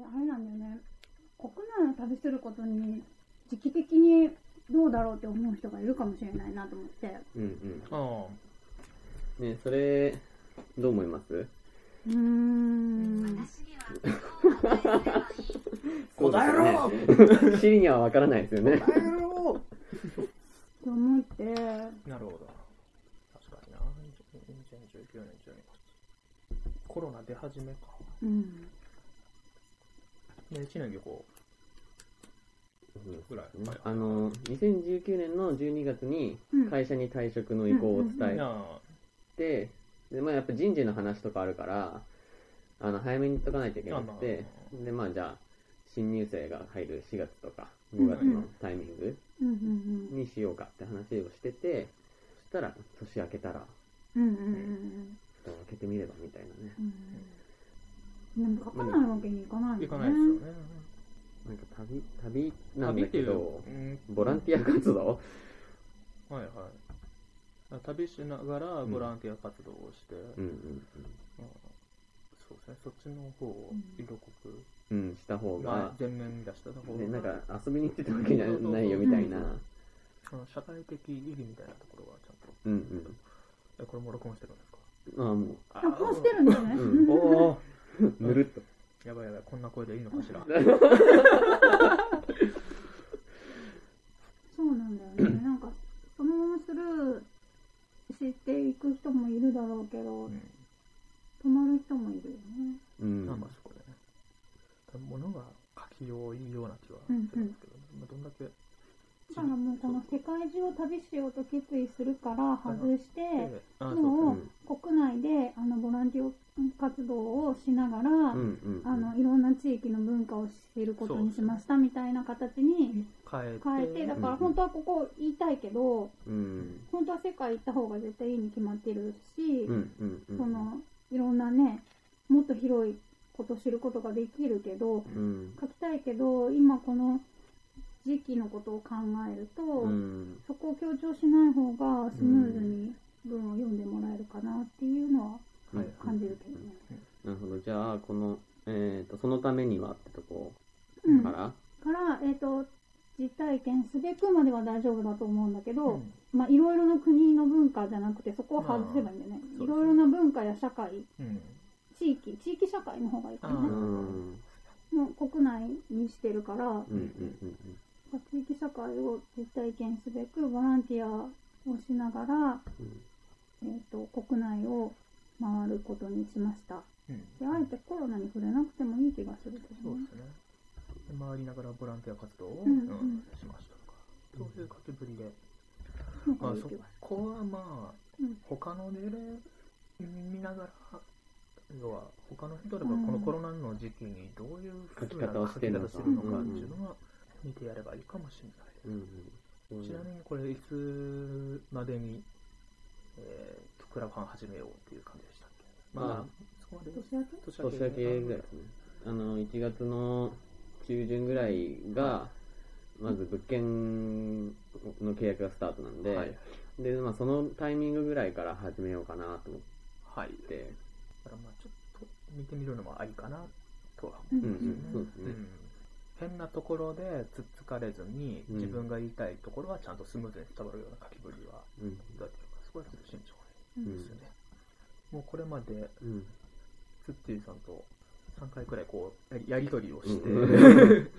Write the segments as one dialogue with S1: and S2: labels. S1: あれなんだよね。国内を旅することに、時期的にどうだろうって思う人がいるかもしれないなと思って。
S2: うん
S3: あ
S2: うん。ねそれ、どう思います
S1: うーん。
S3: 答えろ
S2: ろシリにはわからないですよね。
S3: あ。なるほど。
S1: と思って、
S3: なるほど。確かにな。2019年12月。コロナ出始めか。
S1: うん。
S3: で、1年旅行
S2: うん
S3: ぐらい。はい
S2: あの、2019年の12月に
S1: うん
S2: 会社に退職の意向を伝え
S3: なあ
S2: て、で、まあやっぱ人事の話とかあるから、あの、早めに言っとかないといけなくて、で、まあじゃあ、新入生が入る4月とか5月のタイミング
S1: うんうん
S2: にしようかって話をしてて、そしたら、年明けたら、
S1: うん。うんうんうん
S2: 蓋を開けてみればみたいなね。
S1: うん。なんか書かないわけにいかないもんね。
S3: 行かないですよね。
S2: なんか旅、旅なん
S3: 旅
S2: だ
S3: っ
S2: け
S3: ていう
S2: ど、
S3: うん
S2: ボランティア活動
S3: はいはい。旅しながらボランティア活動をして、
S2: うんうん
S3: うんそうですね、そっちの方を色濃く、
S2: うん。うん、した方
S3: まあ
S2: が、、
S3: 前面に出した方
S2: で、なん
S3: が、
S2: か遊びに行ってたわけじゃないよみたいな。
S3: その社会的意義みたいなところはちゃんと、
S2: うんうん。
S3: え、これも録音してるんですか
S2: ああ、も
S3: あ
S1: あ、こうしてるんだよね。
S2: う、う
S1: うん
S2: ん、
S3: お お
S2: ぬるっと。
S3: やばいやばい、こんな声でいいのかしら。
S1: そうなんだよ ね。なんか、そのままスルーしていく人もいるだろうけど、
S3: うん
S1: 止まる人もいるよね。
S2: うん。
S3: なんかそこでね。物が書きよういいような気はするんですけど、まあ、どんだけ、
S1: だからもうこの世界中を旅しようと決意するから外して、
S3: えあそう
S1: も
S2: うん
S1: う国内であのボランティア活動をしながら、
S2: うんうん。
S1: あのいろんな地域の文化を知ることにしましたみたいな形に
S3: か、変えて、
S1: 変えて、だから本当はここ言いたいけど、
S2: うん。
S1: 本当は世界行った方が絶対いいに決まってるし
S2: うんう、んうん。
S1: そのいろんなね、もっと広いこと知ることができるけど、
S2: うん。
S1: 書きたいけど、今この時期のことを考えると、
S2: うん。
S1: そこを強調しない方がスムーズに文を読んでもらえるかなっていうのは
S2: はい
S1: 感じるけどね。
S2: なるほど。じゃあ、この、えっと、そのためにはってとこ
S1: うん。
S2: か、
S1: からら、えっ、と、実体験すべくまでは大丈夫だと思うんだけど、
S3: うん
S1: まあいろいろな国の文化じゃなくてそこを外せばいいんだよね。
S3: あー
S1: いろいろな文化や社会、
S3: うん
S1: 地域、地域社会の方がいいかな。
S2: う
S3: うんん
S1: もう国内にしてるから、
S2: うんうんうん
S1: 地域社会を実体験すべくボランティアをしながら、
S2: うん。
S1: えっと国内を回ることにしました。
S3: うん
S1: であえてコロナに触れなくてもいい気がするけ
S3: そ
S1: ど
S3: う
S1: ね
S3: ですね。で回りながらボランティア活動を、
S1: うん
S3: うん
S1: うん
S3: しましたとか、そういう書きぶりで、
S1: なん
S3: ま
S1: か
S3: あ
S1: いい気
S3: そ
S1: がする。
S3: こはまあ、
S1: うん
S3: 他の例で見ながら、要は他の人でもこのコロナの時期にどういう
S2: 書き
S3: ふうな
S2: 方をしてるのか
S3: 書き方してるの
S2: うん
S3: か
S2: う
S3: っ
S2: ん
S3: ていうのは見てやればいいかもしれない。
S2: うんうん。
S3: ちなみにこれいつまでに、えー、クラファン始めようっていう感じでしたっけまだ、
S2: ああ
S3: そこまで
S1: 年明け
S3: 年
S2: 年明けぐらいですね。あの、1月の中旬ぐらいが、まず物件の契約がスタートなんで、
S3: はい。
S2: で、まあそのタイミングぐらいから始めようかなと思っ
S3: はい。だ
S2: て、
S3: からまあちょっと見てみるのもありかなとは
S1: うん
S2: う
S1: うんん
S2: そうですね
S3: ん変なところでつっつかれずに、
S2: うん
S3: 自分が言いたいところはちゃんとスムーズに伝わるような書きぶりは、
S2: うん。
S3: だってそこはちょっと慎重
S1: う
S2: うんん
S3: ですよね。もうこれまで、
S2: うん。
S3: ツッティさんと3回くらいこうやりやり取りをして、
S2: う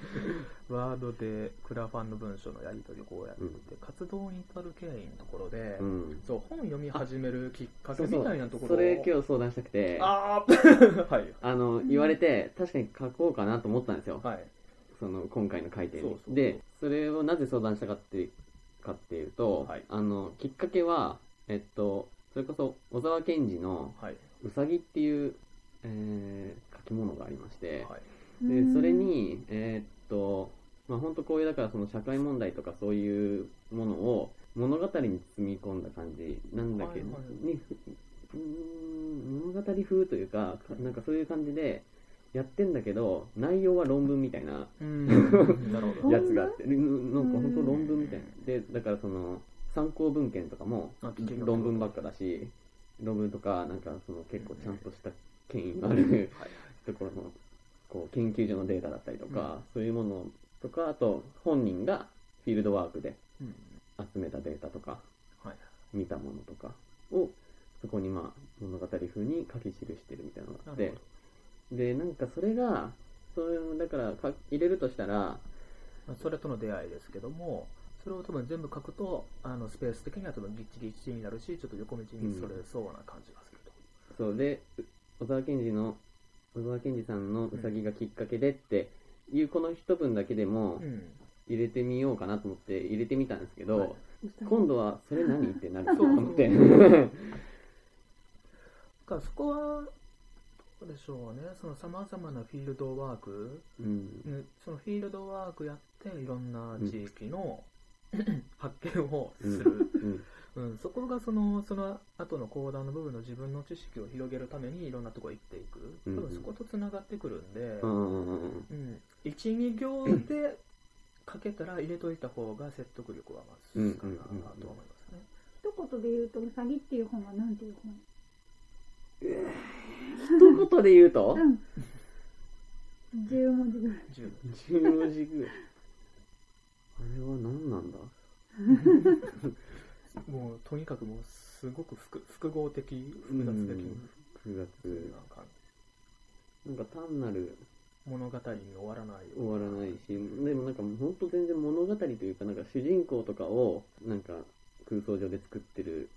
S3: ワードでクラファンの文章のやり取りをこうやって、活動に至る経緯のところで、
S2: うん。
S3: そう本読み始めるきっかけ
S2: そう
S3: み
S2: そう
S3: たいなところを
S2: それ今日相談したくて、あ
S3: ああ はい
S2: の、
S1: ん
S2: 言われて、確かに書こうかなと思ったんですよ。
S3: はい
S2: その、今回の改定に。
S3: そうそう
S2: で、それをなぜ相談したかって、かっていうと、
S3: はい
S2: あの、きっかけは、えっと、それこそ、小沢健二の、
S3: はいう
S2: さぎっていう、えー書き物がありまして、
S3: はい
S2: でそれ、に、えーっと、まあ、本当こういうだからその社会問題とかそういうものを物語に包み込んだ感じなんだけど、
S3: はいはい
S2: にうーん物語風というか、かなんかそういう感じでやってんだけど、内容は論文みたいな
S3: うーんなるほど
S2: やつがあって、うんなんか本当
S1: うん
S2: 論文みたいな。で、だからその参考文献とかも
S3: あ聞ける
S2: 論文ばっかだし、 論文とかなんかその結構ちゃんとした権威のある
S3: はい
S2: ところのこう研究所のデータだったりとか、そういうものとか、あと本人がフィールドワークで
S3: うん。
S2: 集めたデータとか、
S3: はい。
S2: 見たものとかを、そこにまあ物語風に書き記してるみたいなのがあって、で、なんかそれが、そういう、だからか入れるとしたら、
S3: まあそれとの出会いですけども、それを多分全部書くと、あのスペース的には多分ぎっちり一致になるし、ちょっと横道にそれそうな感じがすると。
S2: そうで、う小沢健二の、小沢健二さんのうさぎがきっかけでっていうこの一文だけでも
S3: うん。
S2: 入れてみようかなと思って入れてみたんですけど、
S3: はい
S2: 今度はそれ何ってなると
S3: そう
S2: 思って。
S3: だからそこは、どうでしょうね、その様々なフィールドワーク、
S2: うん
S3: う。んそのフィールドワークやって、いろんな地域の、 発見をする、
S2: うん。
S3: うん、そこがそのその後の講談の部分の自分の知識を広げるためにいろんなところ行っていく、多分そことつながってくるんで、
S2: うんうんうんうん。
S3: うん、12行でかけたら入れといた方が説得力は増すかなとは思いますね。
S1: 一言で言うと、うさぎっていう本はなんていう本
S2: 一言で言うと
S1: うん。10文字ぐらい。
S3: 十分
S2: 十文字ぐらい。あれは何なんだ
S3: もうとにかくもうすごく複複合的複雑的
S2: うん9月。
S3: な感じ
S2: なんか単なる
S3: 物語に終わらない
S2: 終わらないし、でもなんか本当全然物語というか、なんか主人公とかをなんか空想上で作ってる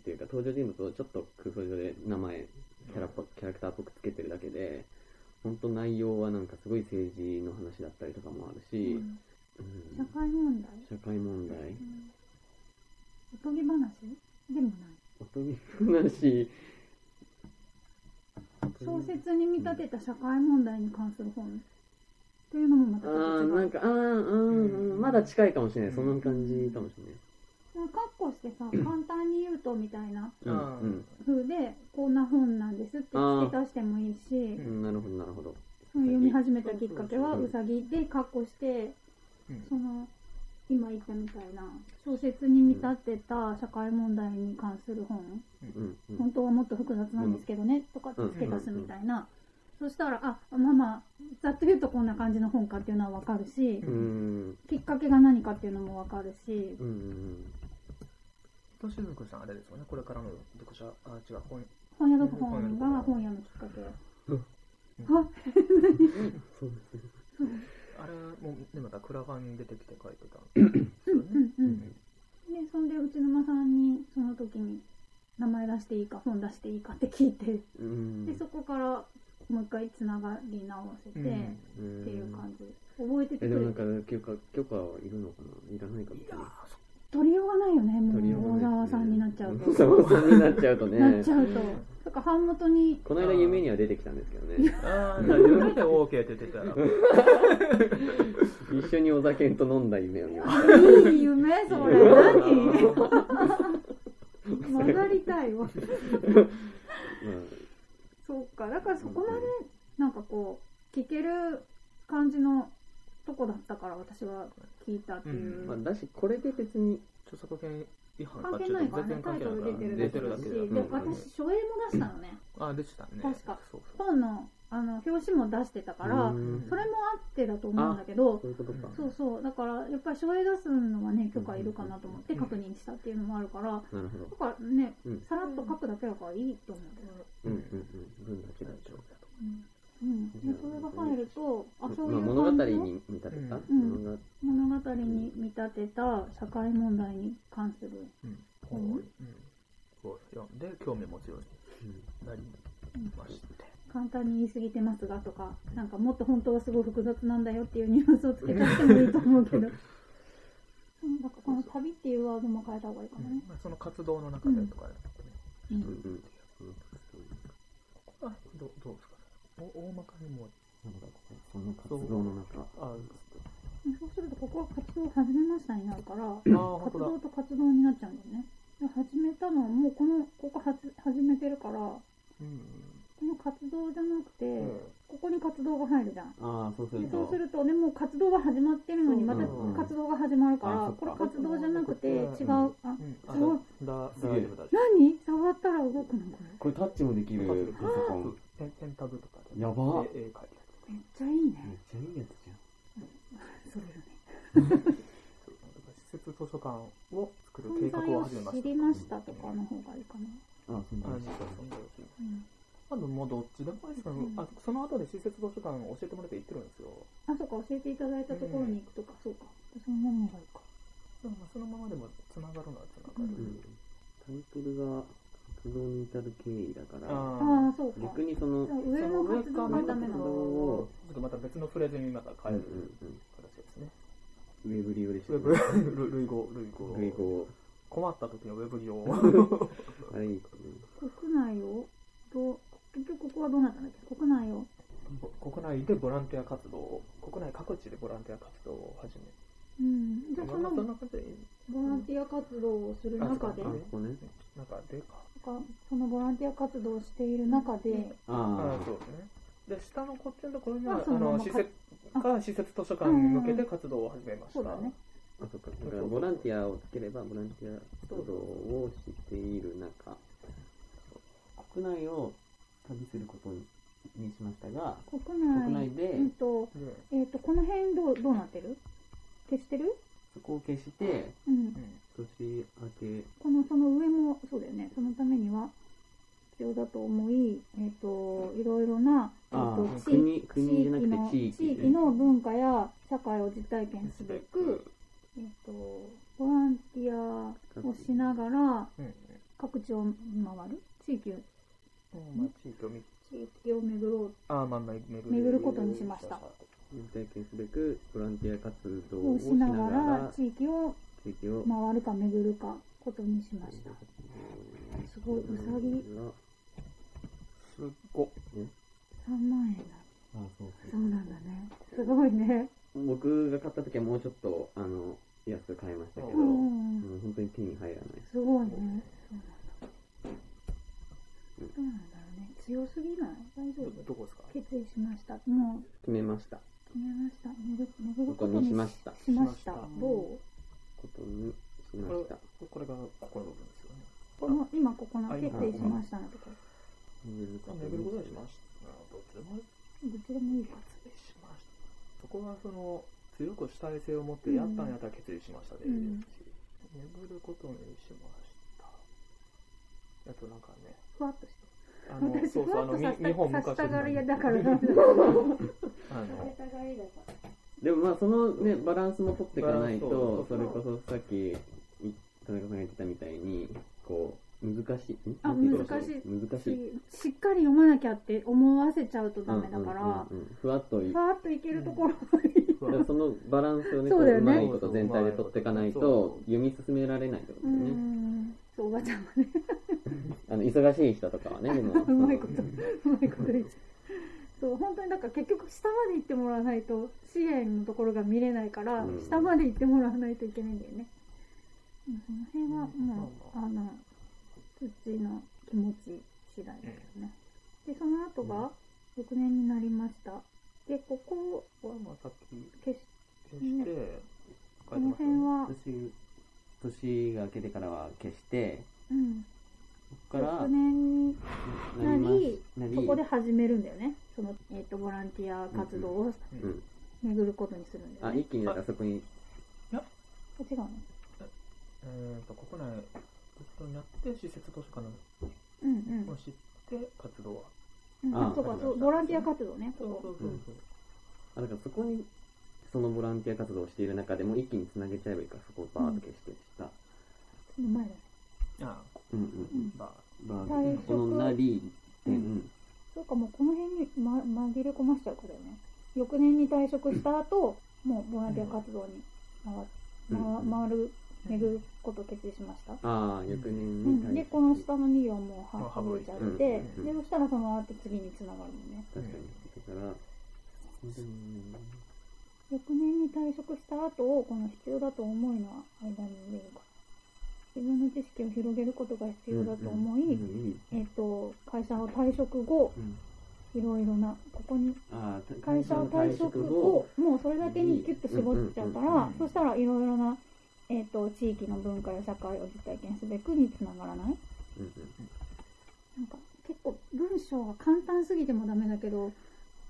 S2: っていうか、登場人物をちょっと空想上で名前、キャラっぽキャラクターっぽくつけてるだけで、本当内容はなんかすごい政治の話だったりとかもあるし、
S1: うん
S2: うん
S1: 社会問題
S2: 社会問題、
S1: うんおとぎ話でもない。
S2: おとぎ話、
S1: 小説に見立てた社会問題に関する本っていうのもまた
S2: あ
S1: ちょっと
S2: あ、
S1: 違う。
S2: なんか、ああ、うん、うん、まだ近いかもしれない。そんな感じかもしれない。
S1: カッコしてさ、簡単に言うとみたいな
S2: う
S3: あ
S2: ん、うん
S1: 風で、こんな本なんですって付け足してもいいし
S2: う、ん、なるほど、なるほど。
S1: その読み始めたきっかけは
S2: うん
S1: うさぎでカッコして、
S3: うん
S1: その、今言ったみたいな、小説に見立てた社会問題に関する本、
S2: うん、うん。
S1: 本当はもっと複雑なんですけどね、とかって付け足すみたいな。そしたら、あ、まあまあ、ざっと言うとこんな感じの本かっていうのはわかるし、
S2: うん
S1: きっかけが何かっていうのもわかるし、
S2: うんうん
S3: としずくさんあれですよねこれからの読者あ違う本
S1: 本屋読本が本屋のきっかけ。
S2: うん
S1: あ、
S2: そうですね。
S3: あれもねまたクラファンに出てきて書いてたんですよ
S1: う
S3: ね。
S1: んうん。で、そんで、内沼さんに、その時に、名前出していいか、本出していいかって聞いて、で、
S2: うん。
S1: そこから、もう一回つながり直せて、
S3: う
S1: っ
S3: んうん
S1: ていう感じ。覚えてて
S2: え、
S1: く
S2: でも
S1: れ
S2: なん
S1: て
S2: か、許可、許可はいるのかないらないかもし
S3: い
S2: れ
S3: や
S2: な
S3: ーそ
S1: 取りようがないよね、
S2: い。
S1: もう、大沢さんになっちゃうと。
S2: 大沢さんになっちゃうとね。
S1: なっちゃうと。だから、版元に、
S2: この間夢には出てきたんですけどね。
S3: ああ夢で OK って言ってたら
S2: 一緒にお酒と飲んだ夢を見まし
S1: いい夢、それ、何混ざりたいわ。
S2: た。うん
S1: そうか、だからそこまで、なんかこう、聞ける感じのとこだったから、私は聞いたっていう。
S2: まあ、だし、これで別に、
S3: 著作権違反
S1: 関
S3: か
S1: 係
S3: ちょ
S1: な
S3: っ
S1: い
S3: と
S1: から
S3: 全
S1: ね
S3: 然、
S1: タイ
S3: 関係
S1: ト
S3: ない
S1: ル出てる
S3: から出てる
S1: だ
S3: だ
S1: け
S3: け
S1: だし、
S3: だ
S2: ん
S1: で、
S3: うん
S1: 私、書影も出したのね。
S3: あ出てたね
S1: 確か
S3: そうそう
S1: 本の、あの、表紙も出してたから
S2: う、ん
S1: それもあってだと思うんだけど
S2: そ、ういうことか。
S1: そうそう、だから、やっぱり書影出すのはね、許可いるかなと思って
S3: うん
S1: 確認したっていうのもあるから、
S2: なるほど
S1: だ。からね
S2: うん、
S1: さらっと書くだけだからいいと思う。
S2: うんうんうん。文だけだ
S3: 大
S2: と
S3: 丈。夫だと
S1: うん。うん。で、それが入ると、あ、そう
S2: ま
S1: い
S2: あ、
S1: う感
S2: 物語
S1: じの
S2: に見立てた
S1: うん
S2: 物語
S1: 物語に見立てた社会問題に関する。
S3: うん
S1: うん
S3: 本をうん読んで興味持つようになりまして、
S1: 簡単に言い過ぎてますがとか、なんかもっと本当はすごい複雑なんだよっていうニュアンスをつけたしてもいいと思うけ ど。うん、なんかこの旅っていうワードも変えた方がいいかもね。
S3: まあ、その活動の中でとかね、
S1: うん
S2: うんうん
S3: あどうどうですかねお大まかにも
S2: なんかこうその活動の中、
S3: あ
S1: そうするとここは活動を始めましたになるから、
S3: あ
S1: 活
S3: 本当だ
S1: 動と活動になっちゃうんだよね。で始めたのはもうこの、ここはじ始めてるから、こ
S3: うん
S1: の活動じゃなくて、
S3: うん
S1: ここに活動が入るじゃん。
S2: ああ、そうす
S1: で
S2: る
S1: そう
S2: と
S1: す、ると、でも活動が始まってるのに、また
S3: うん
S1: 活動が始まるか
S2: あ
S1: ら
S2: そっ、
S1: これ
S2: か
S1: 活動じゃなくて、違う
S3: うん。
S1: あ
S3: う、んあ
S1: すごい
S2: すげ
S3: だだ
S2: え
S3: 大丈夫だ
S1: 何触ったら動くのこれ。
S2: これタッチもできるパソコン。
S3: ペンペンタブとかで
S2: やば
S3: 絵絵描いてる
S1: めっちゃいい
S2: め
S1: ね。
S2: っちゃいいやつじ
S1: それよ
S2: ゃん。
S1: ね。
S3: 施設図書館を作る計画を始めま
S1: 存在を
S3: し
S1: 知
S3: た。
S1: りましたとかの方がいいかな。
S2: あ、そんなや
S3: あ実
S2: つ
S3: は
S2: だ
S3: 存在を知
S1: う
S3: る
S1: ん
S3: まあでもまあどっちでもいいですけど、
S1: うん
S3: あその後で施設図書館を教えてもらって行ってるんですよ。
S1: あ、そうか、教えていただいたところに行くとか、そうか。そのままがいいか。
S3: でもまあそのままでもつながるのはつなが
S2: う
S3: る。
S2: んタイトルが活動に至る経緯だか
S1: あ
S2: ら、
S3: あ
S1: あ、そうか。
S2: 逆にその、
S1: あ上の活動がダメな
S2: その上
S1: の。
S2: から
S3: をちょっとまた別のフレーズにまた変える形ですね。
S2: ウェブリオでし
S3: ウ
S2: た
S3: ェ
S2: ね
S3: ブ、 ル類語、類語。
S2: 類語、
S3: 困った時のウェブ利用。
S2: あれいいか
S1: 国内を、どう、結局ここはどうなったんだっけ国内を。
S3: 国内でボランティア活動を、国内各地でボランティア活動を始め
S1: うん。じゃあ
S3: まあ
S1: その
S3: そんな感じでいい
S1: ボランティア活動をする中で、
S2: な。あ、ここね。
S3: なんかでか。
S1: なんかそのボランティア活動をしている中で、
S2: あ
S3: あそうですね。で、下のこっちのところに
S1: ま
S3: は
S1: あ、
S3: あ
S1: そのま
S3: の、
S1: ま
S3: 施設が施設図書館に向けて活動を始めました。
S1: そうだね。
S2: あ、あそっか。だからボランティアをつければ、ボランティア活動をしている中、国内を旅することにしましたが、
S1: 国
S2: 国
S1: 内、
S2: 内で
S1: うんと、
S3: で
S1: えっ、と、この辺どう、どうなってる消してる
S2: そこを消して、
S1: うん
S3: う。ん
S2: 年明け、
S1: この、その上も、そうだよね。そのためには、必要だと思い、えっ、と、いろいろな、えっ、
S2: あ
S1: と、
S2: あ、
S1: 地域
S2: 国、国じゃなくて地域
S1: 地
S2: ね。
S1: 域の文化や社会を実体験すべく、えっ、と、ボランティアをしながら、
S3: うん。
S1: 各地を回る地域を、
S3: うんまあ、地域を見、
S1: 地域を巡ろう
S3: あまあ、め巡
S1: 巡ることにしました
S2: 実体験すべく、ボランティア活動
S1: を
S2: を
S1: し
S2: し
S1: な
S2: な
S1: が
S2: が
S1: ら
S2: ら、
S1: 地域を
S2: 地域を
S1: 回るか巡るかことにしました。すごい、うさぎ
S3: すっご。
S1: 3万円だ。
S2: あそう
S1: そうなんだね。すごいね。
S2: 僕が買った時はもうちょっとあの安く買いましたけど、
S1: う
S2: うん、
S1: ん。
S2: 本当に手に入らない
S1: すごいね。そうなんだ。そうなんだろうね。強すぎない大丈
S3: ど
S1: 夫
S3: どこですか
S1: 決意しました。もう
S2: 決めました
S1: 決めました。巡る巡る
S2: こ
S1: こ
S2: ことに
S1: に
S2: し
S1: し
S2: ま
S1: ま
S2: した
S1: した
S3: しました。
S1: 某
S2: ことにしました
S3: これがここの部分ですよね。
S1: この今ここの
S3: あ
S1: 決定しましたのとこ
S3: 巡ることにしました。どっちでも
S1: どっちでもいいか。
S3: 決意しました。そこはその、強く主体性を持ってやったんやったら決意しましたで、
S1: うん
S3: 巡ることにしました。あとなんかね、
S1: ふわっとして。
S3: あの、
S1: 私
S3: そう
S1: ふ
S3: そう、
S1: わ
S3: あ
S1: っ
S3: の、
S1: と
S3: に
S1: させ
S3: 日本
S1: た
S3: 昔
S1: さ
S3: の
S1: せたがりやだからなんだ。
S3: あ
S1: さ
S3: の
S1: せ、たがりだから。
S2: でもまあそのねバランスも取っていかない
S3: バラン
S2: と
S3: ス
S2: そ
S3: を
S2: れこそさっきい田中さんが言ってたみたいにこう難しいん
S1: あ
S2: なんて言ってま
S1: 難しい
S2: 難しい
S1: しっかり読まなきゃって思わせちゃうとダメだから、
S2: うんうんうんうんふわっとい
S1: ふわっといけるところ
S2: だからそのバランスをね、
S1: そうだよね
S2: こうまいこと全体で取っていかないと
S3: そう、
S2: 読み進められないってこと
S1: う
S2: だよね。
S1: んそうおばちゃんはね
S2: あの、忙しい人とか はね、でも。
S1: うまいことうまいこと言っちゃうそう本当にだから結局下まで行ってもらわないと支援のところが見れないから、
S2: うん
S1: 下まで行ってもらわないといけないんだよねうんその辺は
S3: うん
S1: もう、あの土の気持ち次第だけどね、でその後が翌年になりましたでここ
S3: これはまあさっき
S1: 消し
S3: 消して、
S1: こ
S3: 書いて
S1: の
S3: ますよ
S1: 辺
S3: ね。
S1: は、
S2: 年、年が明けてからは消して、
S1: うん、
S2: ここから
S1: 翌、年に
S2: なりましな
S1: そこで始めるんだよね。その、えっ、と、ボランティア活動を
S3: うん
S2: うん。
S1: 巡ることにするんだ
S2: あ、
S1: よね
S2: 一。気にだからそこに、
S1: あ違うの
S3: えーと、国内、になって、施設図書館の
S1: うん
S3: を知って、活動は。
S1: うん。
S2: あ
S1: あ、そうか、
S3: そう
S1: そう、ボランティア活動ね。ここ
S2: そうあ、だからそこに、そのボランティア活動をしている中でも一気につなげちゃえばいいから、そこをバーッと消してした。
S1: その前だね。
S3: あ
S2: うんう
S1: うん
S2: ん。
S3: あ、ま
S2: バ
S1: 退
S2: ーッ
S1: 職
S2: と。このなり、
S1: う
S2: 点、
S1: んそうか、もうこの辺に、ま、紛れ込ましちゃうからよね。翌年に退職した後、もうボランティア活動に回,、
S2: うん
S1: 回回る、
S3: あ、
S1: 巡ることを決意しました。
S2: ああ、翌
S1: う
S2: 年に
S1: ん、で、この下の2行も
S3: まあ
S1: 省いちゃって、
S2: 省いてうん
S1: で、そしたらその後次につながるもんね。
S2: 確かに。だから、うん
S1: 翌年に退職した後をこの必要だと思いの間に入れるか自分の知識を広げることが必要だと思い、
S2: うんうんうん
S1: えっ、と会社を退職後
S2: うん
S1: いろいろなここに
S2: あー
S1: 会社を退職後もうそれだけにキュッと絞っちゃうから、
S3: うんうんうんうん
S1: そしたらいろいろな、えっと地域の文化や社会を実体験すべくにつながらない
S2: うんうん
S1: なんか結構文章が簡単すぎてもダメだけど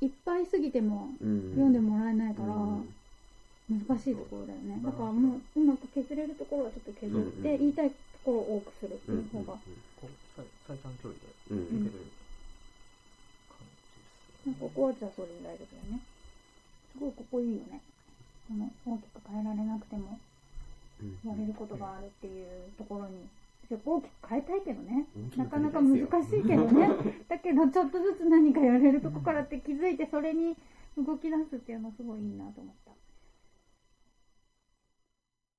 S1: いっぱいすぎても
S2: うん
S1: 読んでもらえないから
S2: うん
S1: 難しいところだよね、だからもううまく削れるところはちょっと削っ
S2: うんう
S1: て
S2: ん
S1: 言いたいところを多くするって
S2: う
S1: いうん方が
S3: こう最最短距離で
S2: うんうん
S3: 受けれる感じ
S1: なん
S3: です
S1: かこ
S3: よ
S1: こはじゃあそれで大丈夫だよねすごいここいいよねこの大きく変えられなくても
S2: うん
S1: やれることがあるっていうところにで大きく変えたいけどね
S2: うん
S1: なかなか難しいけどね だけどちょっとずつ何かやれるとこからって気づいてそれに動き出すっていうのはすごいいいなと思った